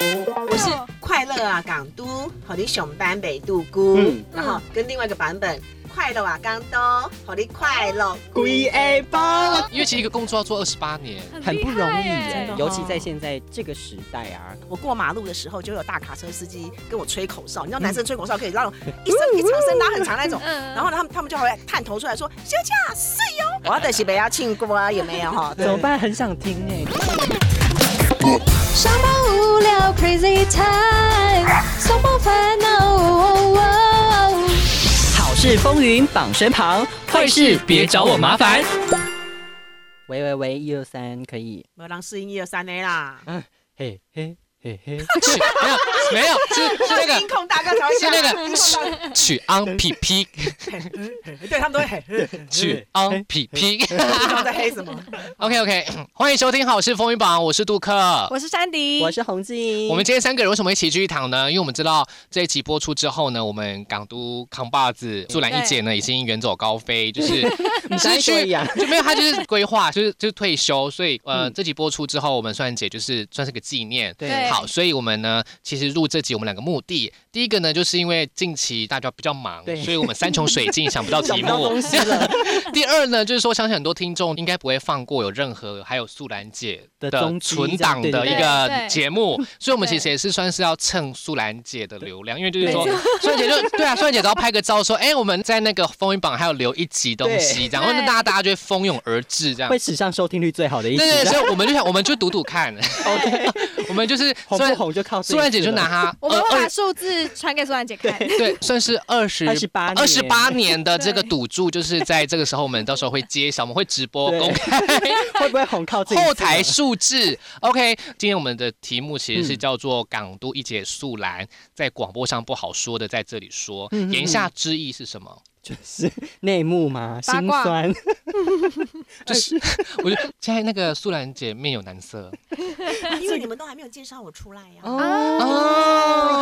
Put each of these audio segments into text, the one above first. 我是快乐啊港都，和你上班北度姑，嗯然后跟另外一个版本快乐啊港都，和你快乐。龟 A 包，因为其实一个工作要做二十八年，很不容易耶耶，尤其在现在这个时代啊，我过马路的时候就有大卡车司机跟我吹口哨，你知道男生吹口哨可以那种一声一长声拉很长那种，嗯然后呢他们他们就会探头出来说休假睡哦哟，我要等西北要庆过啊有没有哈？怎么办？很想听哎，上班无聊 crazy time，上班烦恼。哦哦哦好事风云榜身旁，坏事别找我麻烦。喂喂喂，一二三，可以，没有让试音一二三 A 啦，嘿嘿嘿嘿，取没有没有是是那音 个控大哥才会是那音控大哥个取 on P P 对他们都会 嘿嘿取 on P P 不知道在黑什么。 OK OK，欢迎收听《好事风云榜》，我是杜克。我是山迪，我是洪静，我们今天三个人为什么会齐聚一堂呢？因为我们知道这一集播出之后呢，我们港都扛把子朱兰一姐呢已经远走高飞，就是 像失一朵去一样 就没有她就是规划，就是就是退休，所以呃、嗯这集播出之后，我们算姐就是算是个纪念。对对好，所以我们呢，其实录这集我们两个目的，第一个呢，就是因为近期大家比较忙，对所以我们山穷水尽想不 到想题不到目东。西了第二呢，就是说相信很多听众应该不会放过有任何还有素兰姐的踪迹存档这样的对一对对个对节目，所以我们其对实也是算是要蹭素兰姐的流量，因为就是没说错素兰姐就对啊，素兰姐只要拍个照说，哎，我们在那个风云榜还有留一集东 西，然后呢对大家大家就会蜂拥而至这样会。史上收听率最好的一对集对，对了所以我们就想，我们就赌赌看， ，OK，我们就是 红虽然不红就靠这一次素兰姐就拿了她我们呃会二把数字传给苏兰姐看。 对，算是二十28二十八年年的这个对赌注，就是在这个时候，我们到时候会揭晓，我们会直播对公开 会不会红靠这一次了后台数字。OK，今 天我们的题目其实是叫做“港都一姐素兰在广播上不好说的，在这里说”，嗯嗯言下之意是什么？就是内幕嘛，心八卦酸，就是 我觉得现在那个素兰姐面有难 色因为你们都还没有介绍我出来呀、哦今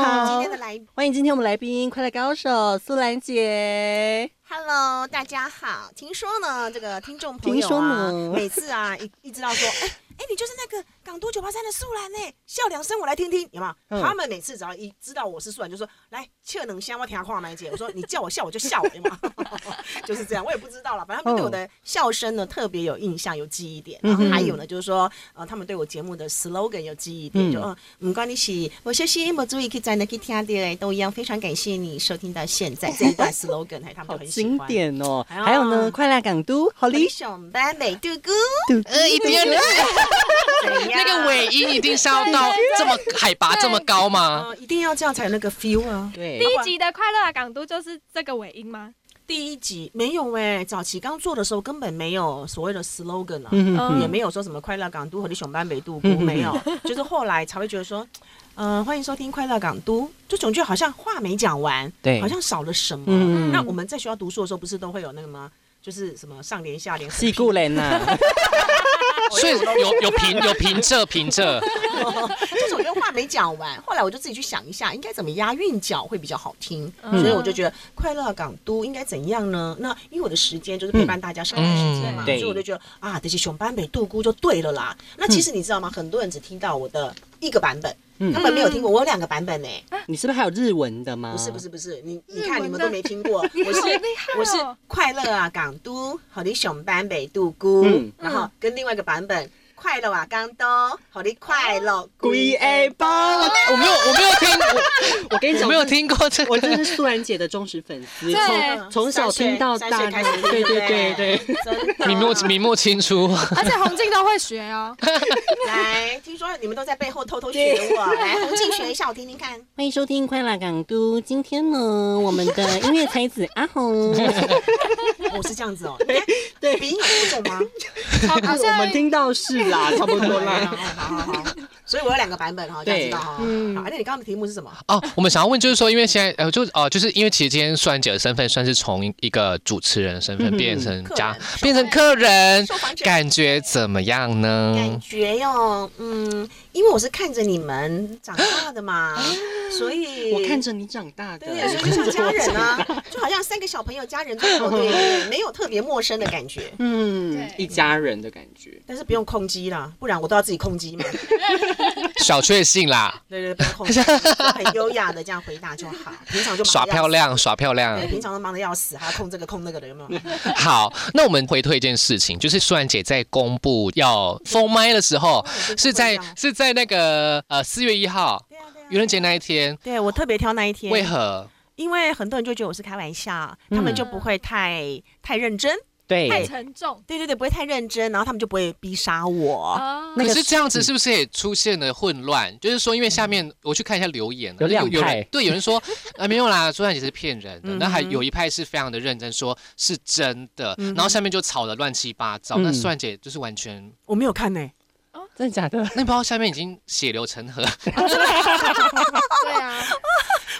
啊哦天的来宾欢迎今天我们来宾快乐高手苏兰姐， ，Hello，大家好。听说呢，这个听众朋听友说啊呢，每次啊一一知道 说，哎、哎、你就是那个港都九八三的素兰呢、笑两声我来听听，有没有？嗯他们每次只要一知道我是素兰，就说来切能香，我听下话梅姐。我说你叫我笑我就笑，有 没有？就是这样，我也不知道了。反正嗯他们对我的笑声呢特别有印象，有记忆点。然后还有呢，就是说呃，他们对我节目的 slogan 有记忆点，嗯就嗯，唔管你是我休息，我注意可以在那去听到的，都一样。非常感谢你收听到现在这一段 slogan，还他们好都很喜经欢。典哦。哎呀还有呢，快乐港都好李理熊班美杜姑，呃，一定要怎样那个尾音一定是要到这么海拔这么高吗？呃，一定要这样才有那个 feel 啊！对第，一集的快乐啊港都就是这个尾音吗？第一集没有哎、早期刚做的时候根本没有所谓的 slogan 啊，嗯嗯也没有说什么快乐港都和你熊班美杜姑，嗯嗯嗯没有，就是后来才会觉得说，嗯、欢迎收听快乐港都，就总觉得好像话没讲完，对好像少了什么。嗯那我们在学校读书的时候，不是都会有那个吗？就是什么上联下联，西固人啊呐，所以有有评有评测评测， 就是我觉得话没讲完，后来我就自己去想一下，应该怎么押韵脚会比较好听，嗯所以我就觉得快乐港都应该怎样呢？那因为我的时间就是陪伴大家上班时间嘛，所嗯对以我就觉得啊，这些熊班北杜姑就对了啦。那其实你知道吗？很多人只听到我的一个版本，嗯他们没有听过，我有两个版本呢、 你是不是还有日文的吗？不是不是不是，你日你文看的你们都没听过，我是好厉害哦我是快乐啊港都，好你熊班北杜姑嗯，然后跟另外一个版本快乐啊港都，好你快乐龟嗯 A 包， 我没有我没有听我跟你我讲， 没有听过这个，我真的是素兰姐的忠实粉丝，对 从从小听到三大岁，开始听，对对对对对。对，真的。明末明末清初。而且洪静都会学哦。来，听说你们都在背后偷偷学我，来洪静学一下，我听听看。欢迎收听《快乐港都》，今天呢，我们的音乐才子 阿红，我是这样子哦，你看 对鼻音有这种吗？好好我像们听到是 啦，差不多来，好啦。好好。所以我有两个版本哈，大家知道哈。嗯好，而且哎你刚刚的题目是什么？哦，我们想要问，就是说，因为现在呃，就哦、就是因为其实今天素兰姐的身份算是从一个主持人的身份嗯变成客家人，变成客人嗯受访，者感觉怎么样感呢？觉哟，嗯，一因为我是看着你们长大的嘛，所以啊我看。着你长大的，对，所以就像家人 啊，就好像三个小朋友家人最后对，没有特别陌生的感觉。嗯对，一家人的感觉。但是不用控机啦，不然我都要自己控机 嘛。小确幸啦，对对，对不用控机，就很优雅的这样回答就 好。平常就忙得耍要漂死，亮，嗯耍漂亮对，。平常都忙得要死，还要控这个控那个的，有没有？好，那我们回推一件事情，就是舒然姐在公布要封麦的时候，哦是在是在那个呃四月一号对啊对啊愚人节那一天，对我特别挑那一天，为何？嗯因为很多人就觉得我是开玩笑，他们就不会太太认真。太对，沉重对对对，不会太认真，然后他们就不会逼杀我。啊那可个是这样子是不是也出现了混乱？就是说，因为下面我去看一下留言了，有两人派对，有人说啊没有啦，舒然姐是骗人的，嗯那还哼有一派是非常的认真，说是真的，嗯哼然后下面就吵得乱七八糟。嗯那舒然姐就是完全，我没有看呢、真的假的？那不知道下面已经血流成河，对啊，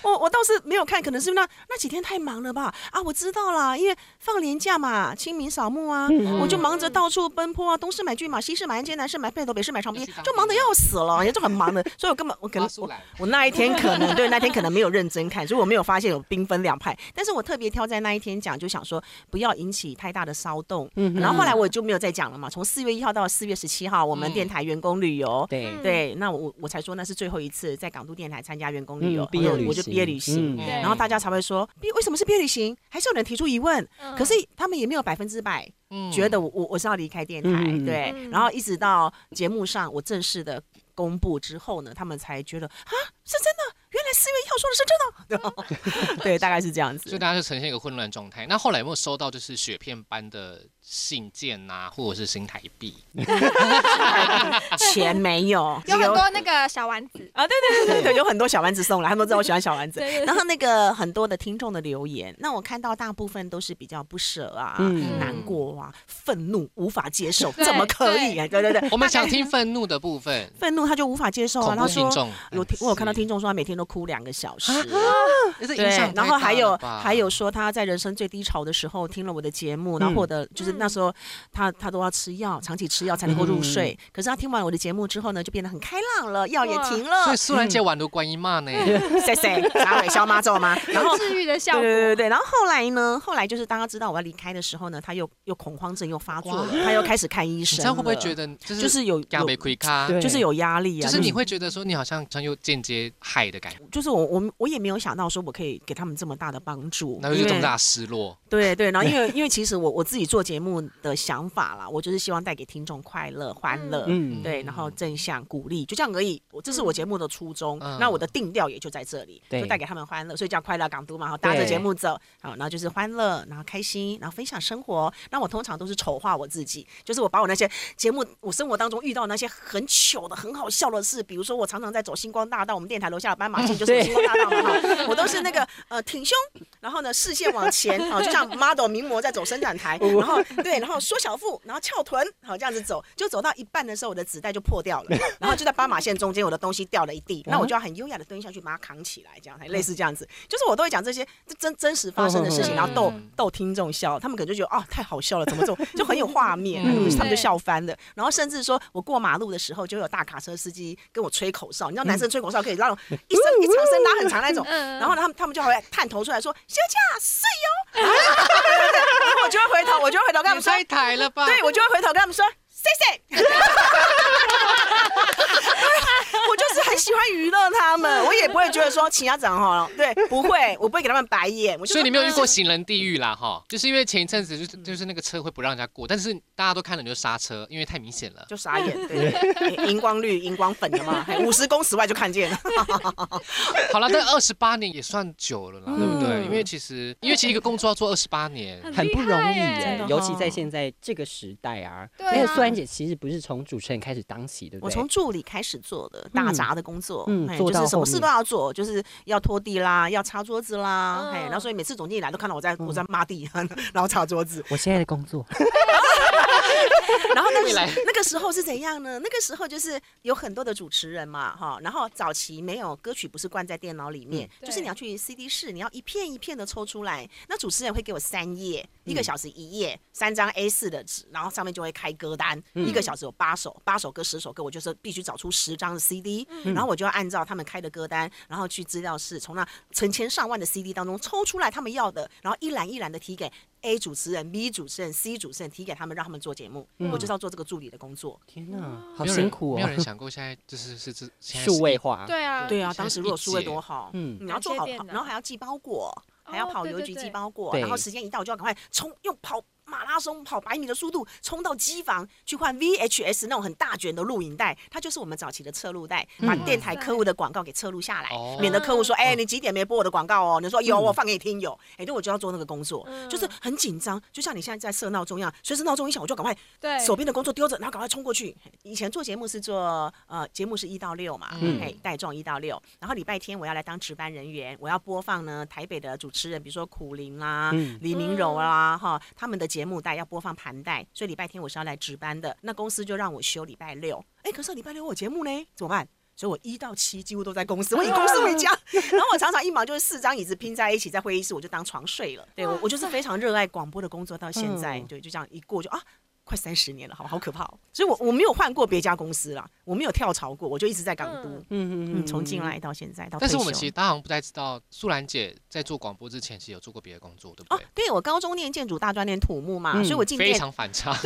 我我倒是没有看，可能是那那几天太忙了吧？啊，我知道啦，因为放年假嘛，清明扫墓啊，嗯我就忙着到处奔波啊，东市买骏马，西市买鞍鞯，南市买辔头，北市买长要鞭去打，就忙得要死了，也就很忙的，所以我 根本我可花能素我兰我那一天可能对那天可能没有认真看，所以我没有发现有兵分两派。但是我特别挑在那一天讲，就想说不要引起太大的骚动。嗯哼然后后来我就没有再讲了嘛。从四月一号到四月十七号，我们嗯电台员工旅游。对嗯对，那我我才说那是最后一次在港都电台参加员工旅游，嗯毕业我就旅行，我就毕业旅行，嗯对然后大家才会说，毕为什么是毕业旅行？还是有人提出疑问，嗯可是他们也没有百分之百嗯觉得我我我是要离开电台，嗯对，嗯然后一直到节目上我正式的公布之后呢，他们才觉得啊是真的，原来四月一号说的是真的，对，大概是这样所以子。大家就呈现一个混乱状态。那后来有没有收到就是雪片般的信件呐、或者是新台币？钱没有，有很多那个小丸子，啊，对对对对对，有很多小丸子送来，他们都知道我喜欢小丸 子对对。对然后那个很多的听众的留言，那我看到大部分都是比较不舍啊、嗯难过啊、愤怒、无法接受，对怎么可以啊？对对对，我们想听愤怒的 部分，愤怒他就无法接受啊。恐他怖听说众，有听，我有看到听众说他每天都哭两个小啊时。这对影响，然后还有太大了吧还有说他在人生最低潮的时候听了我的节目，然后嗯获得就是嗯那时候他他都要吃药，长期吃药才能够嗯入睡。可是他听完我的节目之后呢，就变得很开朗了，药也哇停所了以，苏兰姐宛如观音骂呢，谢谢，打尾消妈咒吗？然后治愈的 效对果，对对对，然后后来呢？后来就是当他知道我要离开的时候呢，他又又恐慌症又发作了，哇他又开始看医你生这了。样会不会觉得就是就是有压没有亏咖？对就是有压力啊？就是你会觉得说你好像像又间接害的感觉，就是我我我也没有想到说我可以给他们这么大的帮助，然后因就这为么大失落。对对，然后因为因为其实我我自己做节目的想法啦，我就是希望带给听众快乐、欢乐，嗯对，然后正向鼓励，就这样而已。我这是我节目的初衷，嗯那我的定调也就在这里，对就带给他们欢乐，所以叫快乐港都嘛，好，搭着节目走，好，然后就是欢乐，然后开心，然后分享生活。那我通常都是丑化我自己，就是我把我那些节目，我生活当中遇到那些很糗的、很好笑的事，比如说我常常在走星光大道，我们电台楼下的斑马线就是对星光大道嘛，哈，我都是那个呃挺胸，然后呢视线往前，好，就像 model 名模在走伸展台，哦然后对，然后缩小腹，然后翘臀，好这样子走，就走到一半的时候，我的纸袋就破掉了， 然后就在斑马线中间，我的东西掉了一地，嗯那我就要很优雅的蹲下去把它扛起来，这样类似这样子，就是我都会讲这些这真真实发生的事情，嗯然后逗嗯逗听众笑，他们可能就觉得哦太好笑了，怎么 这种就很有画面，嗯他们就笑翻了。然后甚至说我过马路的时候，就有大卡车司机跟我吹口哨，你知道男生吹口哨可以让一声一长声拉很长那种，嗯，然后呢，他们他们就还会探头出来说休假 睡哟，然后然后我就会回头，我就会回头跟他也们说，太抬了吧？对我就会回头跟他们说谢 谢。我就是很喜欢娱乐他 们，我也不会觉得说请家长哈，对，不会，我不会给他们白眼，我就所以你没有遇过行人地狱啦，哈，就是因为前一阵子就是就是那个车会不让人家过，但是大家都看了你就刹车，因为太明显了。就傻眼，对， 对荧光绿、荧光粉的嘛，哎五十公尺外就看见了。好了，但二十八年也算久了啦，对不对？嗯因为其实因为其实一个工作要做二十八年，很很不容易厉害耶耶真的，哦尤哈其在现在这个时代啊。对啊而且苏兰姐其实不是从主持人开始当起，对不我对？从助理开始做的打杂的工作，嗯哎做就到是什么后事面都要做，就是要拖地啦，要擦桌子啦，哎、嗯然后所以每次 嗯总经理来都看到我在、我在抹地，然后擦桌子，我现在的工作，然后那个未来时那个时候是怎样呢？那个时候就是有很多的主持人嘛，哈，然后早期没有歌曲不是灌在电脑里面，嗯就是你要去 CD 室，你要一片一片的抽出来。那主持人会给我三页，一个小时一页，三张 A 4的纸，然后上面就会开歌单，一个小时有八首，八首歌十首歌，我就是必须找出十张的 CD，然后我就要按照他们开的歌单，然后去资料室从那成千上万的 CD 当中抽出来他们要的，然后一栏一栏的提给 A 主持人、B 主持人、C 主持人提给他们，让他们做节目。我就是要做这个助理的工作。天哪，好没有人辛苦没有人哦，想过现在就是是这现在是数位化，对啊，对啊，现在当时是如果一数位节多好，嗯嗯，然后做好，感谢电脑然后还要寄包裹，还要哦跑对邮对局对寄包裹，对然后时间一到就要赶快冲，用跑马拉松、跑百米的速度冲到机房去换 VHS 那种很大卷的录影带，它就是我们早期的侧录带，把嗯电台客户的广告给侧录下来，哦免得客户说，嗯哎，你几点没播我的广告哦？你说嗯有，我放给你听有，哎，对，我就要做那个工作，嗯就是很紧张，就像你现在在设闹钟一样，随时闹钟一响，我就赶快对，手边的工作丢着，然后赶快冲过去。以前做节目是做呃，节目是一到六嘛，嗯嘿，带状一到六。然后礼拜天我要来当值班人员，我要播放呢台北的主持人，比如说苦林啦、李明柔啦，哈，他们的节目带要播放盘带，所以礼拜天我是要来值班的。那公司就让我休礼拜六，哎，可是礼拜六我有节目呢，怎么办？所以我一到七几乎都在公司，我以公司为家。然后我常常一忙就是四张椅子拼在一起，在会议室我就当床睡了。对我，我就是非常热爱广播的工作，到现在，嗯对，就这样一过就啊，快三十年了，好好可怕、哦。所以我我没有换过别家公司啦，我没有跳槽过，我就一直在港都，嗯嗯，从进来到现在到退但休。是我们其实大家好像不太知道，素兰姐在做广播之前，其实有做过别的工作，对不哦对？，对我高中念建筑大专念土木嘛，嗯所以我进非电常反差，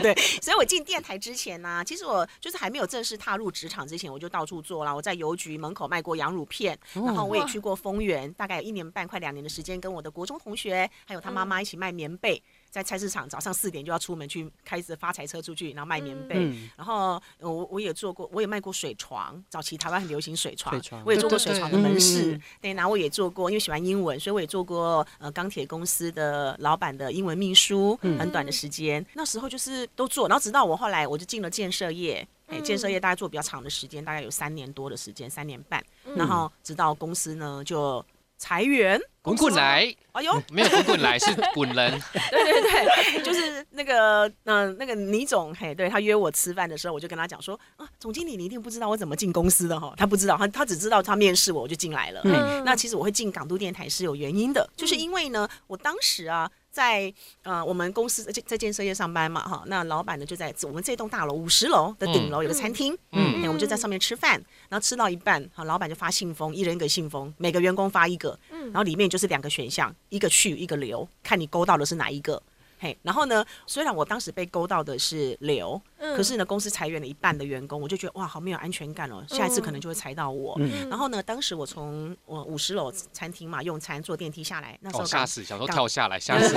对，所以我进电台之前呢、其实我就是还没有正式踏入职场之前，我就到处做啦。我在邮局门口卖过羊乳片，哦然后我也去过丰原，大概有一年半快两年的时间，跟我的国中同学还有他妈嗯妈一起卖棉被，在菜市场早上四点就要出门去开着发财车出去，然后卖棉被。嗯然后呃我我也做过，我也卖过水床，早期台湾很流行水床，水床我也做过对水对床的对门嗯市，嗯对，然后我也做过，因为喜欢英文，所以我也做过呃钢铁公司的老板的英文秘书，很短的时间，那时候就是都做，然后直到我后来我就进了建设业。哎，建设业大概做比较长的时间，大概有三年多的时间，三年半。然后直到公司呢就裁员，滚公司滚！ 来，哎呦，没有滚滚来，是 滚人。对对对，就是那个嗯、呃那个倪总，嘿，对他约我吃饭的时候，我就跟他讲说啊，总经理你一定不知道我怎么进公司的哈，他不知道，他他只知道他面试我，我就进来了。嗯那其实我会进港都电台是有原因的，就是因为呢，我当时啊。在呃，我们公司在在建设业上班嘛，哈，那老板呢就在我们这栋大楼五十楼的顶楼有个餐厅，嗯嗯，我们就在上面吃饭，然后吃到一半，哈，老板就发信封，一人一个信封，每个员工发一个，嗯然后里面就是两个选项，一个去，一个留，看你勾到的是哪一个。嘿，然后呢，虽然我当时被勾到的是留，嗯可是呢，公司裁员了一半的员工，我就觉得哇，好没有安全感哦，下一次可能就会裁到我。嗯然后呢，当时我从我五十楼餐厅嘛用餐，坐电梯下来，那时候哦，港吓死，想说刚跳下来， 吓死。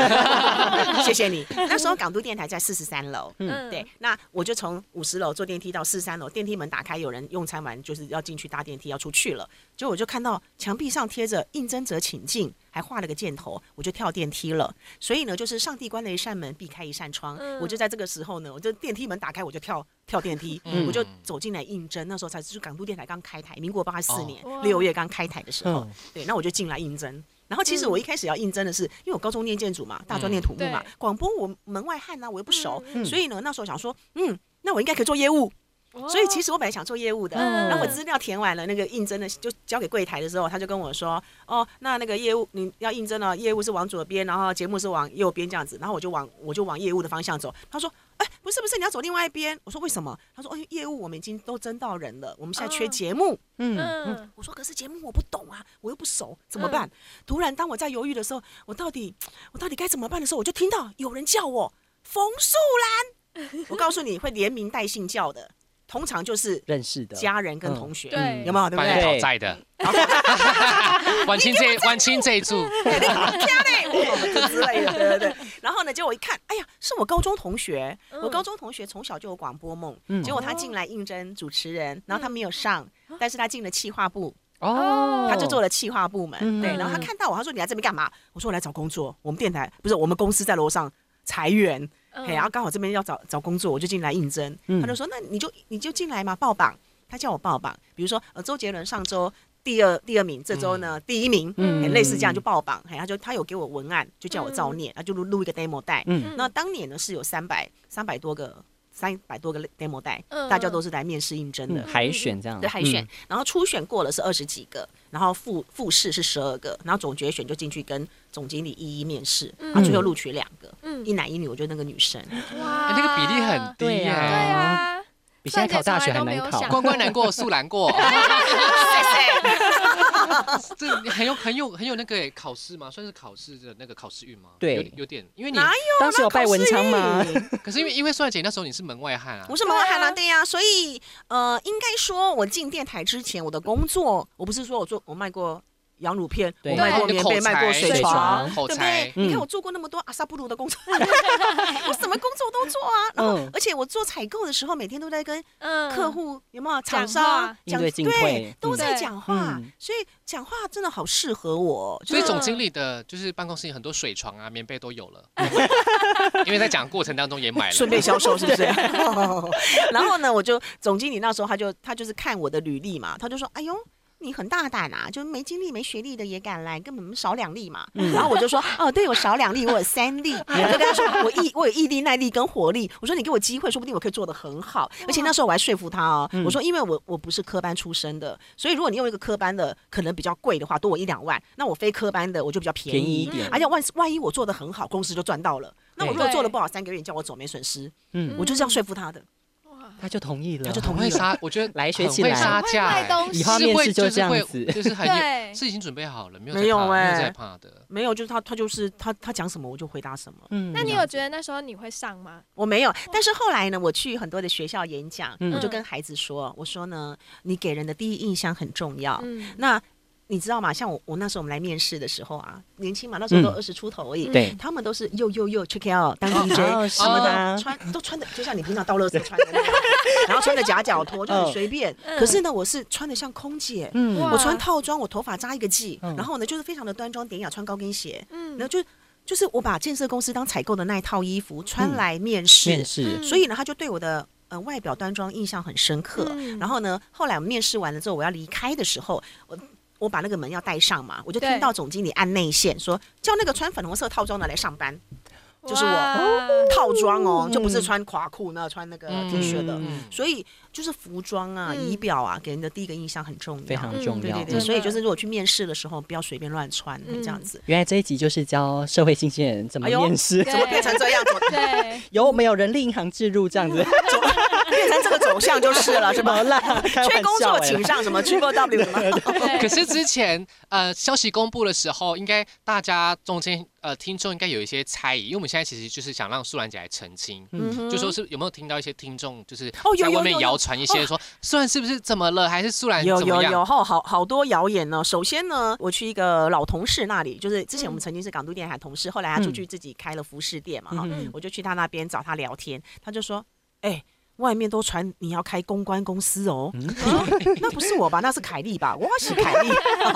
谢谢你。那时候港都电台在四十三楼，嗯对，，那我就从五十楼坐电梯到四十三楼，电梯门打开，有人用餐完就是要进去搭电梯要出去了，结果我就看到墙壁上贴着“应征者请进”，还画了个箭头，我就跳电梯了。所以呢，就是上帝关了一扇门，避开一扇窗，嗯我就在这个时候呢，我就电梯门打开，我就跳跳电梯，嗯我就走进来应征。那时候才是港都电台刚开台，民国八十四哦年哇六、月刚开台的时候，嗯对，那我就进来应征。然后其实我一开始要应征的是，因为我高中念建筑嘛，大嗯专念土木嘛嗯对，广播我门外汉呐、我又不熟，嗯所以呢那时候想说，嗯，那我应该可以做业务，嗯所以其实实我本来想做业务的，嗯然后我资料填完了，那个应征的就交给柜台的时候，他就跟我说，哦，那那个业务你要应征了，业务是往左边，然后节目是往右边这样子，然后我就往我就往业务的方向走。他说，哎，不是不是，你要走另外一边。我说为什么？他说，哦，因为业务我们已经都征到人了，我们现在缺哦节目。嗯，嗯我说可是节目我不懂啊，我又不熟，怎么办？突然当我在犹豫的时候，我到底我到底该怎么办的时候，我就听到有人叫我冯素兰。我告诉你会连名带姓叫的，通常就是认识的家人跟嗯同学，对有没有？对不帮你对？ 讨债的。 晚清这晚清这 一注，之类的，对对对。然后呢，结果我一看，哎呀，是我高中同学，我高中同学从小就有广播梦，嗯结果他进来应征主持人，然后他没有上，但是他进了企划部，哦，他就做了企划部门，嗯对，然后他看到我，他说你来这边干嘛？我说我来找工作，我们电台不是我们公司在楼上裁员，嗯嘿，然后啊刚好这边要找找工作，我就进来应征，嗯他就说那你就你就进来嘛，报榜。他叫我报榜，比如说呃，周杰伦上周第二第二名，这周呢、第一名，嗯哎类似这样就爆榜，哎，他就他有给我文案，就叫我照念，他就录录一个 demo 带。嗯那当年呢是有三百三百多个三百多个 demo 带，嗯大家都是来面试应征的嗯，。海选这样啊对，海嗯选，然后初选过了是二十几个，然后复复试是十二个，然后总决选就进去跟总经理一一面试，嗯然后最后录取两个，嗯一男一女，我觉得那个女生，哇哎那个比例很低对耶、对呀啊，比现在考大学还难考。啊关关难过，素 难过，谢谢。这很有很有很有那个考试吗？算是考试的那个考试运吗？对有有点，因为你哪当时有拜文昌吗？ 可是因为因为帅姐那时候你是门外汉啊我，是蒙海兰的呀，所以呃，应该说我进电台之前，我的工作，我不是说我做我卖过羊乳片，对我卖过你棉的口被，才卖过水水床床，口对不才对？，你看嗯我做过那么多阿萨布鲁的工作，我什么工作都做啊。然后，嗯，而且我做采购的时候，每天都在跟嗯客户有没有厂讲商话应讲对进退都嗯在对讲话嗯，所以讲话真的好适合我。就所以是嗯总经理的就是办公室里很多水床啊、棉被都有了， 因为在讲的过程当中也买了，顺便销售是不是？ 然后呢，我就总经理那时候他就他就是看我的履历嘛，他就说：“哎呦，你很大胆啊，就是没经历没学历的也敢来，根本少两粒嘛。嗯然后我就说：“哦，对我少两粒，我有三粒。”我就跟他说：“我毅我有毅力、耐力跟活力。”我说：“你给我机会，说不定我可以做得很好。”而且那时候我还说服他哦，嗯我说：“因为我我不是科班出身的，所以如果你用一个科班的，可能比较贵的话，多我一两万，那我非科班的我就比较便便宜宜一点而。且万万一我做的很好，公司就赚到了。那我如果对做的不好，三个月你叫我走没损失，嗯我就这样说服他的。哇，他就同意了，他就很同意会了杀，我觉得来学很起会来杀很价欸、会卖东西以后面试就就这样会子就是很有对是已经准备好了，没有没有在怕没有欸在怕的。没有，就是他，他就是他，他讲什么我就回答什么。嗯那你有觉得那时候你会上吗？我没有，但是后来呢，我去很多的学校演讲，嗯我就跟孩子说，我说呢，你给人的第一印象很重要。嗯，那你知道吗？像我，我那时候我们来面试的时候啊，年轻嘛，那时候都嗯二十出头而已。对他们都是又又又 check out 当 DJ，哦是什么吗啊的，呃穿都穿的就像你平常到乐色穿的那样，然后穿的夹脚拖就很随便。嗯可是呢，我是穿的像空姐，嗯哇我穿套装，我头发扎一个髻，嗯然后呢就是非常的端庄典雅，穿高跟鞋，嗯然后就就是我把建设公司当采购的那一套衣服穿嗯来面试，面试嗯所以呢他就对我的呃外表端庄印象很深刻。嗯然后呢，后来我们面试完了之后，我要离开的时候，我。我把那个门要带上嘛，我就听对到总经理按内线说，叫那个穿粉红色套装的来上班，就是我我套装哦，嗯就不是穿垮裤那穿那个 T 恤的，嗯所以就是服装啊、嗯仪表啊，给人的第一个印象很重要，非常重对要对。真对，的所以就是如果去面试的时候，不要随便乱穿嗯这样子。原来这一集就是教社会新鲜人怎么哎呦面试，对怎么变成这样？怎么 对有没有人力银行置入这样子？变成这个走向就是了，是吧好？啦， 开缺玩工作笑哎请上什么 Triple W 什么？对，嗯可是之前呃消息公布的时候，应该大家中间呃听众应该有一些猜疑，因为我们现在其实就是想让素兰姐来澄清。嗯就说是有没有听到一些听众就是哦有在有外面有有谣传一些说素兰是不是怎么了，还是素兰有怎么有有，样？好好好多谣言呢。首先呢，我去一个老同事那里，就是之前我们曾经是港都电台同事，后来他出去自己开了服饰店嘛，哈嗯嗯我就去他那边找他聊天，他就说：“哎、外面都传你要开公关公司 哦，嗯我说那不是我吧？那是凯莉吧？我是凯 莉，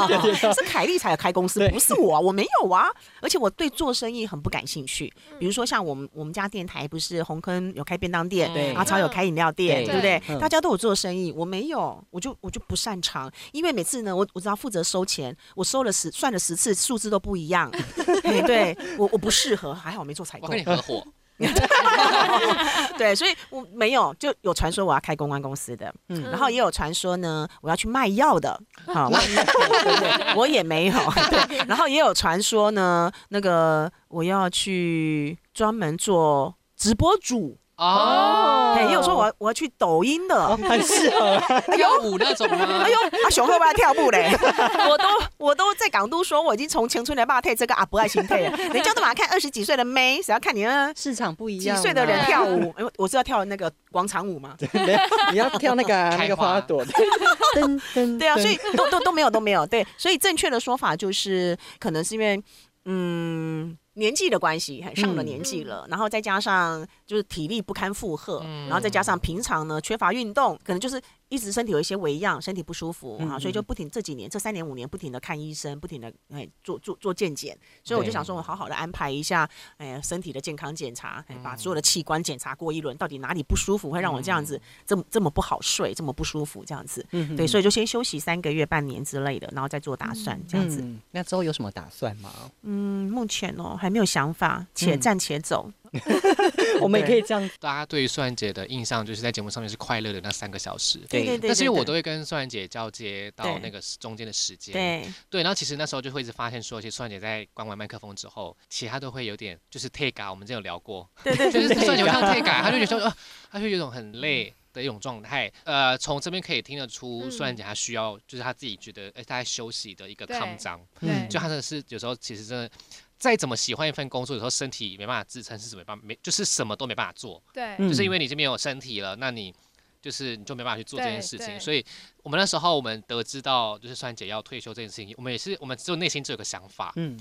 是凯莉才有开公司，对不是我啊，我没有啊。而且我对做生意很不感兴趣。嗯比如说像我们我们家电台不是红坑有开便当店，嗯对阿超有开饮料店，对对不嗯对？大家都有做生意，我没有，我就我就不擅长，因为每次呢，我我只要负责收钱，我收了十算了十次，数字都不一样， 嘿对我我不适合，还好我没做采我购跟。你合 伙，对，所以我没有，就有传说我要开公关公司的，嗯然后也有传说呢我要去卖药的，好、我我也 没有，对，然后也有传说呢，那个我要去专门做直播主，哦，哎、也有说我要我要去抖音的，哦很适合，跳舞那种吗哎？呦，阿雄会不会跳步嘞？ 我都我都在港都说我已经从青春来霸退这个阿不爱心 退了，人家都把看二十几岁的妹，谁要看你呢？市场不一几样。啊岁的人跳舞？哎我知道跳那个广场舞嘛。没有， 你要跳那个啊开花那个花朵，噔噔对啊，所以都都都没有都没有对，所以正确的说法就是，可能是因为嗯，年纪的关系，很嗯上了年纪了，然后再加上就是体力不堪负荷，嗯然后再加上平常呢缺乏运动，可能就是一直身体有一些微恙，身体不舒服嗯啊，所以就不停这几年这三年五年不停的看医生，不停的哎做做做健检，所以我就对想说，我好好的安排一下哎身体的健康检查，哎把所有的器官检查过一轮，到底哪里不舒服会让我这样嗯子这么这么不好睡，这么不舒服这样子，嗯对，所以就先休息三个月半年之类的，然后再做打算这样子。嗯那之后有什么打算 吗？嗯，目前哦还没有想法，且嗯战且 走。我们也可以这样，大家对于素然姐的印象就是在节目上面是快乐的那三个小时。对对对，但是因为对我都会跟素然姐交接到对那个时中间的时间，对对，然后其实那时候就会一直发现说，其实素然姐在关完麦克风之后，其他都会有点就是 take 啊，我们之前有聊过，对对对就是对素然姐对会像 take 啊，她 就觉得说，呃她就有一种很累的一种状态。呃，从这边可以听得出，嗯素然姐她需要就是她自己觉得，哎，她在休息的一个对康张，嗯对，就她真的是有时候其实真的。再怎么喜欢一份工作，有时候身体没办法支撑，是没办法没，就是什么都没办法做。对，嗯就是因为你已经没有身体了，那你就是你就没办法去做这件对事对情。所以我们那时候我们得知到就是酸姐要退休这件事情，我们也是我们只有内心只有个想法，嗯，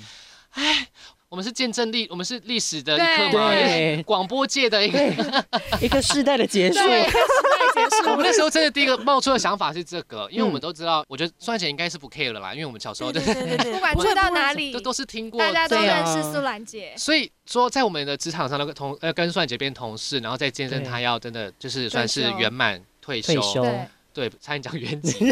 我们是见证历我们是历史的一对刻嘛，对也是广播界的一个。 对，一个世代的结束，对，时代结我束们那时候真的第一个冒出的想法是这个，因为我们嗯都知道，我觉得酸姐应该是不 care 了啦，因为我们小时候就对对对对，不管去到哪里 都，都是听过大家都对啊认识素兰姐，所以说，在我们的职场上，那个同呃跟算姐变同事，然后再见证对她要真的就是算是退休圆满退休，退休对，对，差点讲圆寂，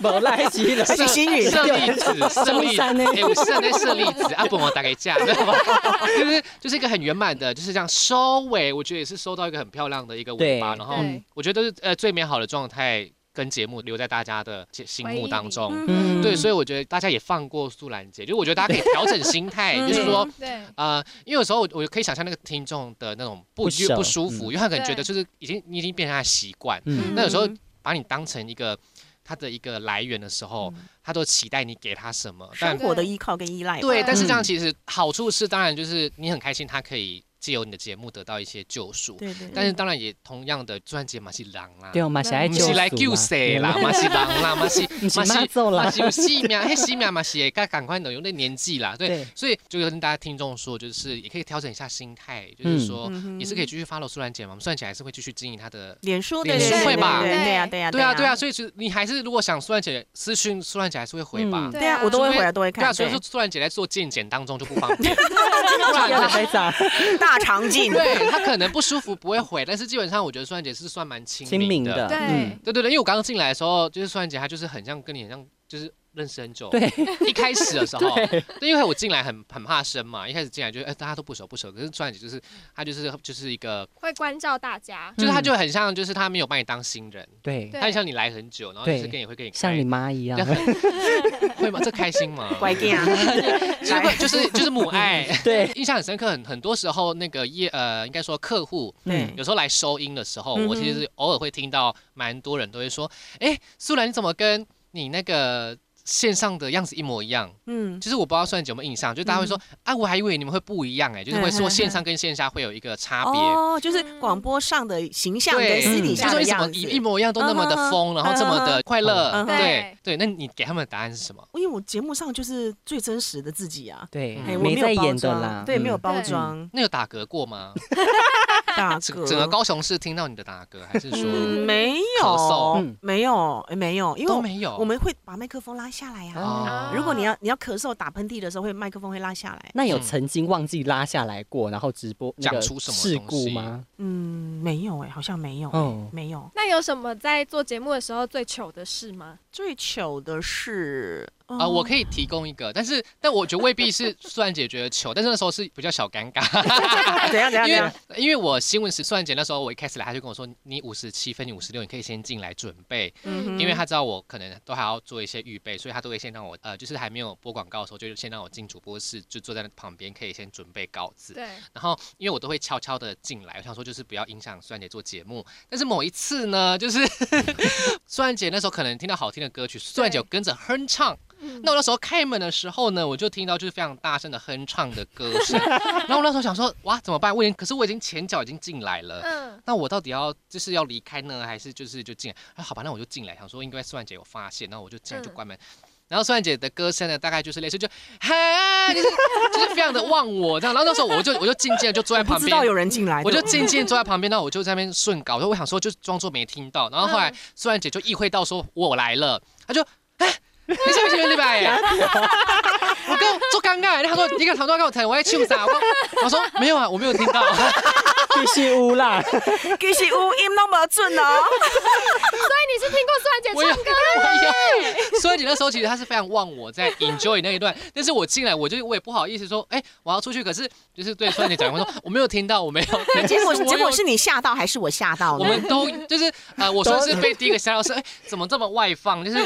没来 及了，而且心语舍利子，舍利中子，山呢哎、我是那舍利子，啊，不然我打给架，知道吗 就是就是一个很圆满的，就是这样收尾，我觉得也是收到一个很漂亮的一个尾巴，对然后对我觉得是呃最美好的状态跟节目留在大家的心回忆目里当中。嗯对，所以我觉得大家也放过素兰姐，就是我觉得大家可以调整心态，对就是说，对呃，因为有时候我我可以想象那个听众的那种不不舍不舒服，嗯因为他可能觉对得就是已经你已经变成他的习惯，嗯那有时候嗯把你当成一个他的一个来源的时候，他都期待你给他什么，哦但生活嗯的依靠跟依赖吧，对，嗯但是这样其实好处是，当然就是你很开心，他可以借由你的节目得到一些救赎，对对，但是当然也同样的，专辑嘛是狼啦。对，我们是来不救啊是来救谁啦，嘛是人啦，嘛是不是妈 祖啦 嘛啊是有性命，嘿性命嘛是会该赶快的，有那年纪啦，对，对所以就跟大家听众说，就是也可以调整一下心态，就是说嗯哼也是可以继续 follow 苏兰姐嘛，我们苏兰姐还是会继续经营她的，脸书的脸书会吧对对呀对呀对啊对啊，呀所以其实你还是如果想苏兰姐私讯苏兰姐还是会回吧嗯，对啊，我都会除非回来都会对啊，看，所以说对苏兰姐在做健检当中就不方 便，不要再打大肠镜，对她可能不舒服不会回，但是基本上我觉得苏兰姐是算蛮亲亲民的，对嗯对对对，因为我刚刚进来的时候，就是苏兰姐她就是很像跟你很像，就是认识很久。对，一开始的时候， 对，对因为我进来很很怕生嘛，一开始进来就哎、大家都不熟不熟，可是苏兰姐就是她就是就是一个，会关照大家，就是嗯她就很像就是她没有把你当新人，对，对她很像你来很久，然后就是对跟你会跟你像开你妈一样这， 样会吗？这开心吗？乖点啊， 嗯就是会就是就是母爱。 对，印象很深刻，很很多时候那个业呃，应该说客户对有时候来收音的时候，嗯哼我其实偶尔会听到蛮多人都会说，哎、苏兰你怎么跟你那个线上的样子一模一样？嗯，就是我不知道算有没有印象，就大家会说、啊，我还以为你们会不一样哎、就是会说线上跟线下会有一个差别。嗯哦，就是广播上的形象跟对，嗯私底就下的说你怎么样子一。一模一样，都那么的疯，然后这么的快乐嗯，哼对对。那你给他们的答案是什么？因为我节目上就是最真实的自己啊，对嗯哎，我没有在包演的装啦，对，没有嗯包 装，那有打嗝过吗？大整哥，整个高雄市听到你的打嗝，还是说嗯，没咳有嗯嗽，没有，哎没有，因为哦都我没有？我们会把麦克风拉下来呀、啊。哦如果你要你要咳嗽打喷嚏的时候，会麦克风会拉下来。那有嗯曾经忘记拉下来过，然后直播那讲个出什么事东故西吗？嗯，没有哎、好像没有、欸，哦没有。那有什么在做节目的时候最糗的事吗？最糗的是啊、我可以以提供一个，但是但我觉得未必是素然姐觉得糗，但是那时候是比较小尴尬， 啊怎样怎样怎因为样？因为我新闻时素然姐那时候我一开始来，她就跟我说你五十七分，你五十六，你可以先进来准备，嗯因为她知道我可能都还要做一些预备，所以她都会先让我呃，就是还没有播广告的时候，就先让我进主播室，就坐在那旁边可以先准备稿子。对，然后因为我都会悄悄的进来，我想说就是不要影响苏然姐做节目。但是某一次呢，就是 苏然姐那时候可能听到好听的歌曲，苏然姐有跟着哼唱。嗯那我那时候开门的时候呢，我就听到就是非常大声的哼唱的歌声， 然后我那时候想说哇怎么办？我已经可是我已经前脚已经进来了，嗯，那我到底要就是要离开呢，还是就是就进来？啊，好吧，那我就进来，想说应该算姐有发现，然后我就进来就嗯关门。然后蒜姐的歌声呢，大概就是类似就嗨，就是就是非常的忘我这样。然后那时候我就我就静静地就坐在不旁知边道，有人进来，我就对不对 静静坐在旁边，那我就在那边顺搞，我想说就装作没听到。然后后来苏然姐就意会到说我来了，她就哎，你是不是礼拜耶？ 我跟做尴尬，欸她说你敢谈多跟我谈，我在唱啥？我说我说没有啊，我没有听到。必须 乌啦，其实有音拢无准哦。你是听过苏兰姐 我有，我有。所以你那时候其实她是非常忘我在 enjoy 那一段，但是我进来我就我也不好意思说，哎，我要出去，可是就是对苏然姐讲，我说我没有听到，我没有。 结果可是 我结果有是你吓到还是我吓到我呢？们都就是呃，我算是被第一个吓到，是哎、怎么这么外放？就是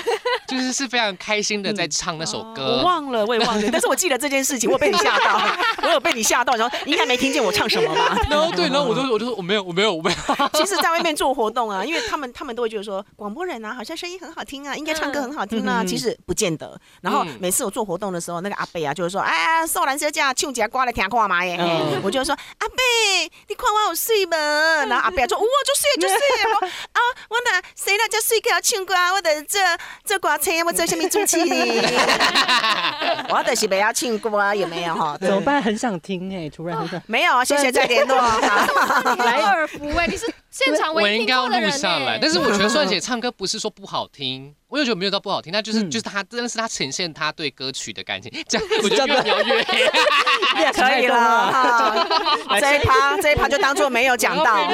就是是非常开心的在唱那首我歌。忘了，我也忘了，但是我记得这件事情，我有被你吓到，我有被你吓到，然后应该没听见我唱什么吧？然后对，然后我就我就说我没有我没有我没有，其实，在外面做活动啊，因为他们他们都会觉得说，广播人啊，好像声音很好听啊，应该唱歌很好听啊。嗯其实不见得。然后嗯每次我做活动的时候，那个阿贝啊，就会说，哎呀，瘦兰小姐，唱起来歌来听看嘛耶。嗯哎我就会说，阿贝，你看我有水无？然后阿贝啊说，我就水就水。我啊，我那谁那叫水给我唱歌，我的这这歌星，我做什么主持人？我就是不要唱歌，啊有没有哈？对怎么办？很想听哎，突然很想。没有啊，谢谢再联络啊。 来而不为，欸你是现场我唯一应听该要过的录人欸下来。呢。但是我觉得算姐唱歌不是说不好听，我就觉得没有到不好听，她就是、嗯就是她真的是她呈现她对歌曲的感情，这样我就越描越黑，哦 可以了哈， 这一趴这一趴就当做没有讲到。 我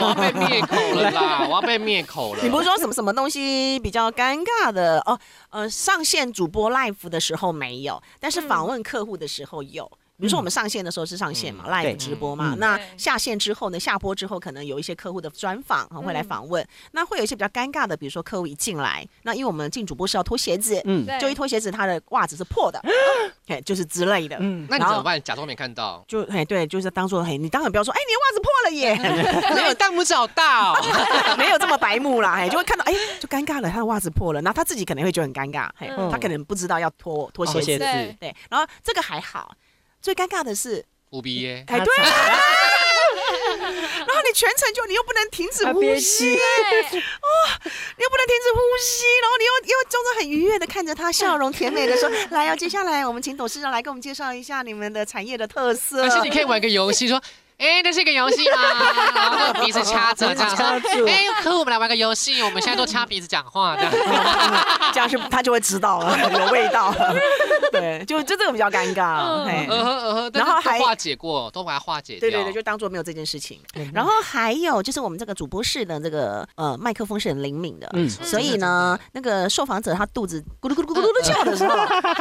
要被灭口，我要被灭口了啦，我要被灭口了。你不是说什么什么东西比较尴尬的哦？呃，上线主播 live 的时候没有，但是访问客户的时候有。比如说我们上线的时候是上线嘛、嗯 l i v e 对直播嘛，嗯那对下线之后呢，下播之后可能有一些客户的专访啊会来访问，那会有一些比较尴尬的，比如说客户一进来，那因为我们进主播室要脱鞋子，嗯对就一脱鞋子他的袜子是破的，嘿，就是之类的，嗯，那你怎么办？假装没 看到，就哎对，就是当做嘿，你当然不要说哎，你的袜子破了耶， 没有大拇指好大哦。没有这么白目啦，哎，就会看到哎，就尴尬了，他的袜子破了，然后他自己可能会觉得很尴尬，嘿，嗯他可能不知道要脱脱鞋脱哦鞋子，子对，对，然后这个还好。最尴尬的是，五鼻耶，哎，对，然后你全程就你又不能停止他呼憋吸，气对，你又不能停止呼吸，然后你又又装作很愉悦的看着他，笑容甜美的说：“来哦，接下来我们请董事长来给我们介绍一下你们的产业的特色。”而且你可以玩个游戏，说， 哎、这是一个游戏吗？然后那个鼻子掐 着这样，掐住说，哎、可我们来玩个游戏，我们现在都掐鼻子讲话这样。这样是他就会知道了，有味道了。对，就就这个比较尴尬。嗯嘿嗯哼嗯哼，但然后是还都化解过，都把它化解掉。对对对，就当做没有这件事情。然后还有就是我们这个主播室的这个呃麦克风是很灵敏的，嗯所以呢，那个受访者他肚子咕噜咕噜咕噜咕噜叫的时候，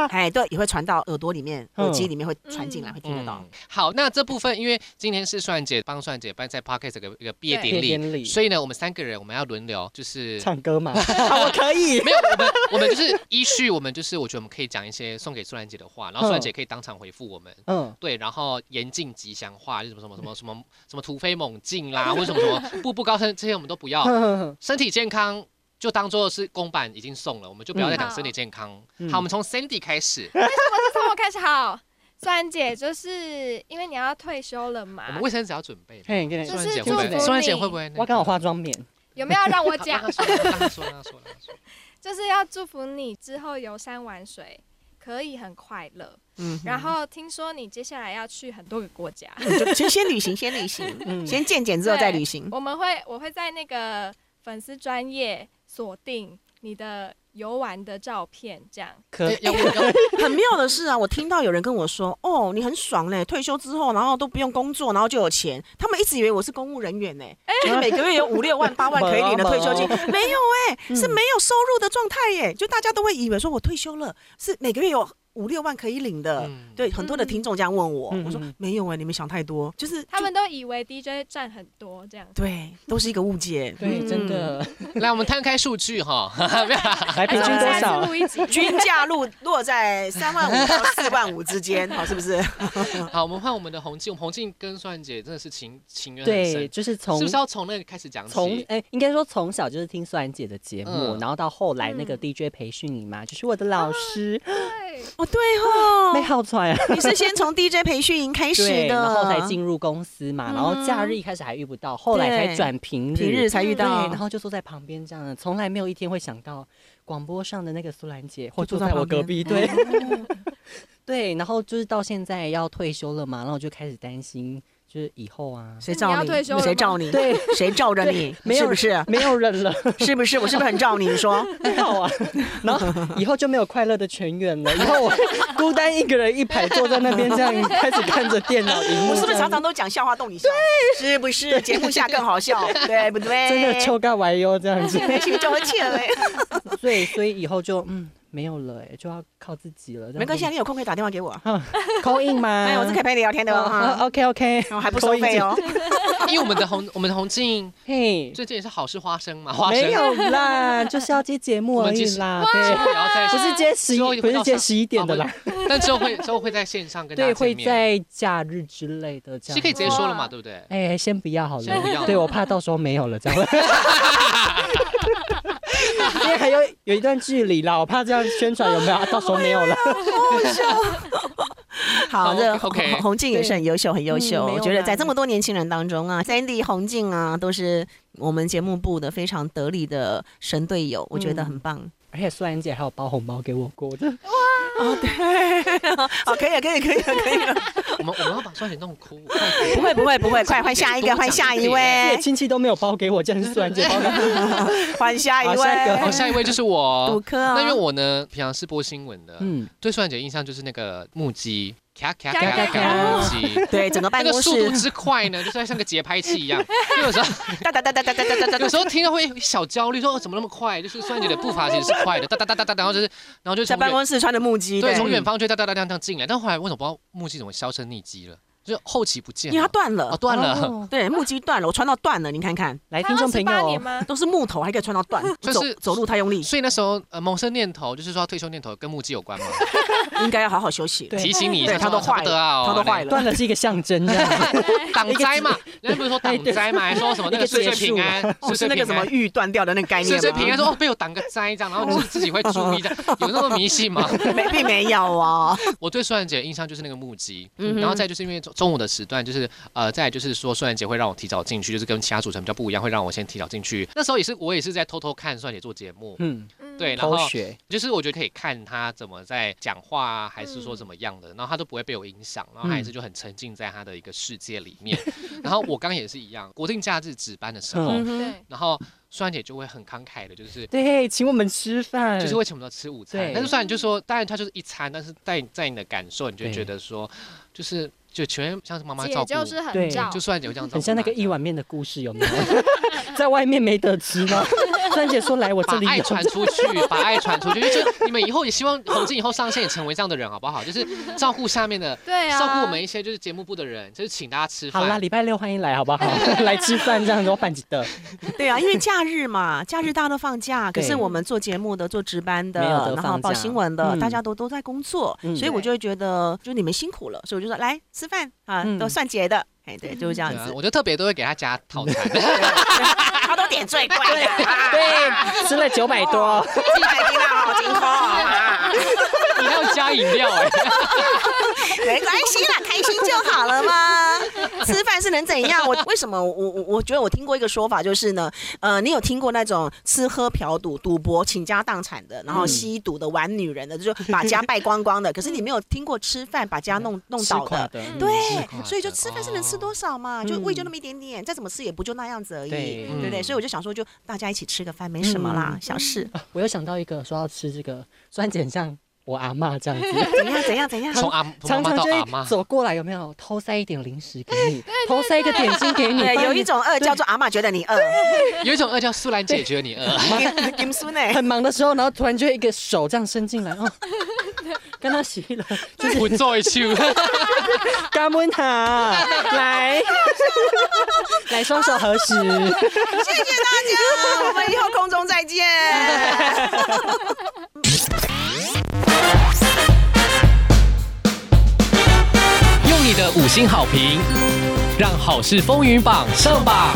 哎，对，也会传到耳朵里面、嗯耳机里面会传进来，嗯会听得到。好，那这部分因为今天是算姐帮算姐办在 p o c k e t 这个一个毕业对典毕业礼，典礼所以呢，我们三个人我们要轮流，就是唱歌嘛， 啊我 可以。没有，我们我们就是依序，我们就是我觉得我们可以讲一些送给素兰姐的话，然后素兰姐可以当场回复我们。嗯，对，然后言尽吉祥话，就什么什么什么什么什么突飞猛进啦，或者什么什么步步高升，这些我们都不要。哼哼哼身体健康就当做是公版已经送了，我们就不要再讲身体健康。嗯好，我们从 Sandy 开始，从我开始好。苏兰姐，就是因为你要退休了嘛我，们卫生纸要准备吗。 嘿，给你就素兰是姐会不会？祝福素兰姐你会不会那个？我刚好化妆棉，有没有让 我好。讲让？她说让她说让她说让她说就是要祝福你之后游山玩水可以很快乐。嗯，然后听说你接下来要去很多个国家，嗯就先先旅行，先旅行，嗯先见见之后再旅行。我们会我会在那个粉丝专业锁定你的游玩的照片，这样。可要不要很妙的是啊，我听到有人跟我说，哦，你很爽嘞，退休之后，然后都不用工作，然后就有钱。他们一直以为我是公务人员呢，就是每个月有五六万、八万可以领的退休金，没有 哎、是没有收入的状态耶。就大家都会以为说我退休了，是每个月有五六万可以领的。嗯对，很多的听众这样问我，嗯我说嗯嗯没有哎、你们想太多，就是他们都以为 DJ 赚很多，这样。对，都是一个误解。？对，真的，来，我们摊开数据哈，没有啦来平还是均我们多下次少？录一集 均价落落在三万五到四万五之间，好，是不是？好，我们换我们的红静，我们红静跟算姐真的是情情缘很对，深，就是从是不是要从那个开始讲起？从哎、应该说从小就是听素兰姐的节目，嗯然后到后来那个嗯 DJ 培训你嘛，就是我的老师，对， 哦，对啊哦被，耗出来啊，你是先从 DJ 培训营开始对，的，嗯然后才进入公司嘛，然后假日一开始还遇不到，后来才对转平日，平日嗯才遇对，到，然后就坐在旁边这样，从来没有一天会想到广播上的那个苏兰姐会就坐坐在在我旁边隔壁，对， 对，然后就是到现在要退休了嘛，然后我就开始担心，就是以后啊，谁你罩要退休了谁吗罩你？对，谁罩着你？ 没有是不是？没有人啊了，是不是？我是不是很罩你？你 说，很 好啊，然后以后就没有快乐的全员了，以 后我孤单一个人一排坐在那边这样，开始看着电脑荧幕，我是不是常常？都讲笑话逗你笑？是不是？节目下更好 笑，对不对？真的秋干玩哟这样子，哎没心中的气了。所以所以以后就嗯没有了、欸，就要靠自己了。这样没关系啊，子你有空可以打电话给我。 ，call in 吗？哎，我是可以陪你聊天的哦哈， OK OK，我还不收费哦。因为我们的红我们的红镜嘿，最近也是好事花生嘛，花生没有啦，就是要接节目我而们其已实啦，之后啊对，也要在不是接十之后一，也不会是到接上十一点的啊啦，哦但之后会之后会在线上跟大对，家会见面，在假日之类的这是可以样。直接说了嘛，哇对不对？哎、先不要好先不要了，对我怕到时候没有了这样， 因为还有有一段距离啦，我怕这样宣传有没有，啊到时候没有了。好，这好，OK 洪洪静也是很优秀，很优秀。嗯没有我觉得在啦这么多年轻人当中啊，Sandy、洪静啊，都是我们节目部的非常得力的神队友，我觉得很棒。而且苏兰姐还有包红包给我过，我真的哦，对， 好，哦可以了，可以了，可以了，可以了。我们我们要把双姐弄 哭，快点不会，不会，不会，快换下一个，换下一自己位的，亲戚都没有包给我，竟然是苏兰姐包给 我。 换下一好下一个位好，。下一位就是补 我。课那因为啊，我呢，平常是播新闻的，嗯，对苏兰姐印象就是那个木屐，咔咔咔咔咔咔咔木哦 屐，对整个那办个公速度室，之快呢，就是像个节拍器一 样。因为有时候哒哒哒哒哒哒哒哒有时候听到会小焦虑，说哦怎么那么快？就是苏兰姐的步伐其实是快 的，哒哒哒哒哒，然后就是然后就在从办远公室穿的木屐，对从远方就哒哒哒哒哒进来，但后来为什么不知道木屐怎么销声匿迹了？就是后期不见因为它了，断哦了，断了，对，木屐断了，我穿到断了，你看看，来，他听众朋28年友，哦吗？都是木头，还可以穿到断，就走是走路太用 力，所以那时候呃萌生念头，就是说要退休念头跟木屐有关嘛，应该要好好休息。对提醒你一对，下，它都说坏差不多啊了，它都坏了，了。断了是一个象征，这样子挡灾嘛，人家不是说哎挡灾嘛，还说什么那个岁岁平安，哦，岁是岁那个平什么安。玉断掉的那个概岁念岁平安吗？说哦，被我挡个灾这样，然后就是自己会注意这样，有那么迷信吗？ 没，并没有啊。我对苏兰姐的印象就是那个木屐，嗯哼然后再就是因为中中午的时段，就是呃，再来就是说苏兰姐会让我提早进去，就是跟其他主持人比较不一样，会让我先提早进去。那时候也是我也是在偷偷看苏兰姐做节目，嗯，嗯对，然偷后学，就是我觉得可以看她怎么在讲话啊，还是说怎么样的，然后她都不会被我影响，然后她也是就很沉浸在她的一个世界里面。 然后我刚刚也是一样，国定假日值班的时候，嗯对，然后苏兰姐就会很慷慨的，就是。对，请我们吃饭，就是会请我们吃午餐，嗯对但是虽然就说，当然它就是一餐，但是在在你的感受，你就对觉得说，就是就全像是妈妈照姐顾，就是很对照就，虽然有这样照顾，很像那个一，碗面的故事，有没有？ 在外面没得吃吗？ 酸姐说来我这把里爱有，传出去，把爱传出去，就是你们以后也希望洪静以后上线也成为这样的人，好不好？就是照顾下面的， 对啊，照顾我们一些就是节目部的人，就是请大家吃好啦，饭。礼拜六欢迎来，好不 好？来吃饭这样子，我反记得 对啊，因为假日嘛，假日大家都放假，可对是我们做节目的、做值班的，没有得然后放报假新闻的，嗯大家都都在工作，嗯所以我就会觉得，就你们辛苦了，所以我就说来吃饭啊，嗯都算结的。哎，对，就是这样对啊子，啊我就特别都会给他加套餐， 他都点最贵的，啊对，吃了九百多， 金海金啊，金空啊，你还要加饮料哎、 没关系啦，开心就好了 嘛。吃饭是能怎样？我为什么我我我觉得我听过一个说法，就是呢，呃，你有听过那种吃喝嫖赌、赌博、倾家荡产的，然后嗯吸毒的、玩女人的， 就把家败光光的。可是你没有听过吃饭把家弄弄吃倒垮的。的，嗯对吃垮，所以就的吃饭是能吃多少嘛，就胃就那么一点点，再怎么吃也不就那样子而已，对对不对？嗯所以我就想说，就大家一起吃个饭，没什么啦，嗯小 事。我又想到一个，说要吃这个酸碱像我阿妈这样子。怎样怎样怎样？从阿从 常妈妈常到就阿会妈，走过来，有没有偷塞一点零食给 你，偷塞一个点心给你，对，帮哎有你一种饿叫做阿嬷觉得你饿，有一种饿叫苏兰姐觉得你 饿， 金金孙欸呢？ 很忙的时候，然后突然就一个手这样伸进来， 哦，跟他洗了，就是 不做一起。嘎温塔， 来，来双手合十，谢谢大家，我们以后空中再见。用你的五星好评，让好事风云榜上榜。